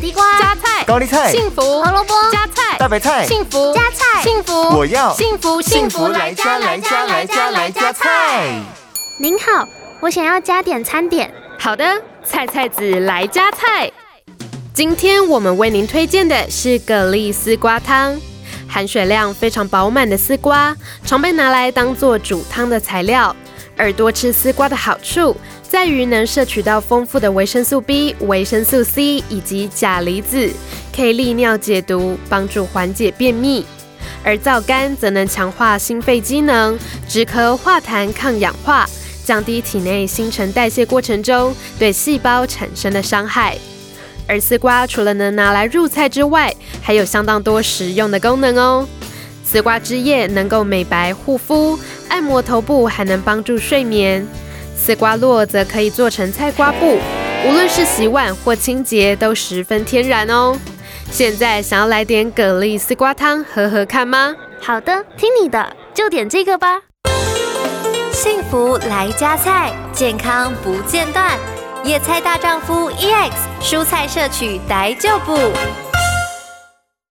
地瓜、加菜、高丽菜、幸福、胡萝卜、加菜、大白菜、幸福、加菜幸福，我要幸福幸福来家来家来家来家菜。您好，我想要加点餐点。好的，菜菜子来加菜。今天我们为您推荐的是蛤蜊丝瓜汤，含水量非常饱满的丝瓜，常被拿来当做煮汤的材料。而多吃丝瓜的好处在于能摄取到丰富的维生素 B、维生素 C 以及钾离子，可以利尿解毒，帮助缓解便秘。而皂苷则能强化心肺机能，止咳化痰、抗氧化，降低体内新陈代谢过程中对细胞产生的伤害。而丝瓜除了能拿来入菜之外，还有相当多实用的功能哦。丝瓜汁液能够美白护肤，按摩头部还能帮助睡眠。丝瓜络则可以做成菜瓜布，无论是洗碗或清洁都十分天然哦。现在想要来点蛤蜊丝瓜汤喝喝看吗？好的，听你的，就点这个吧。幸福来加菜，健康不 E 间断。野菜大丈夫 EX，蔬菜摄取逮就补。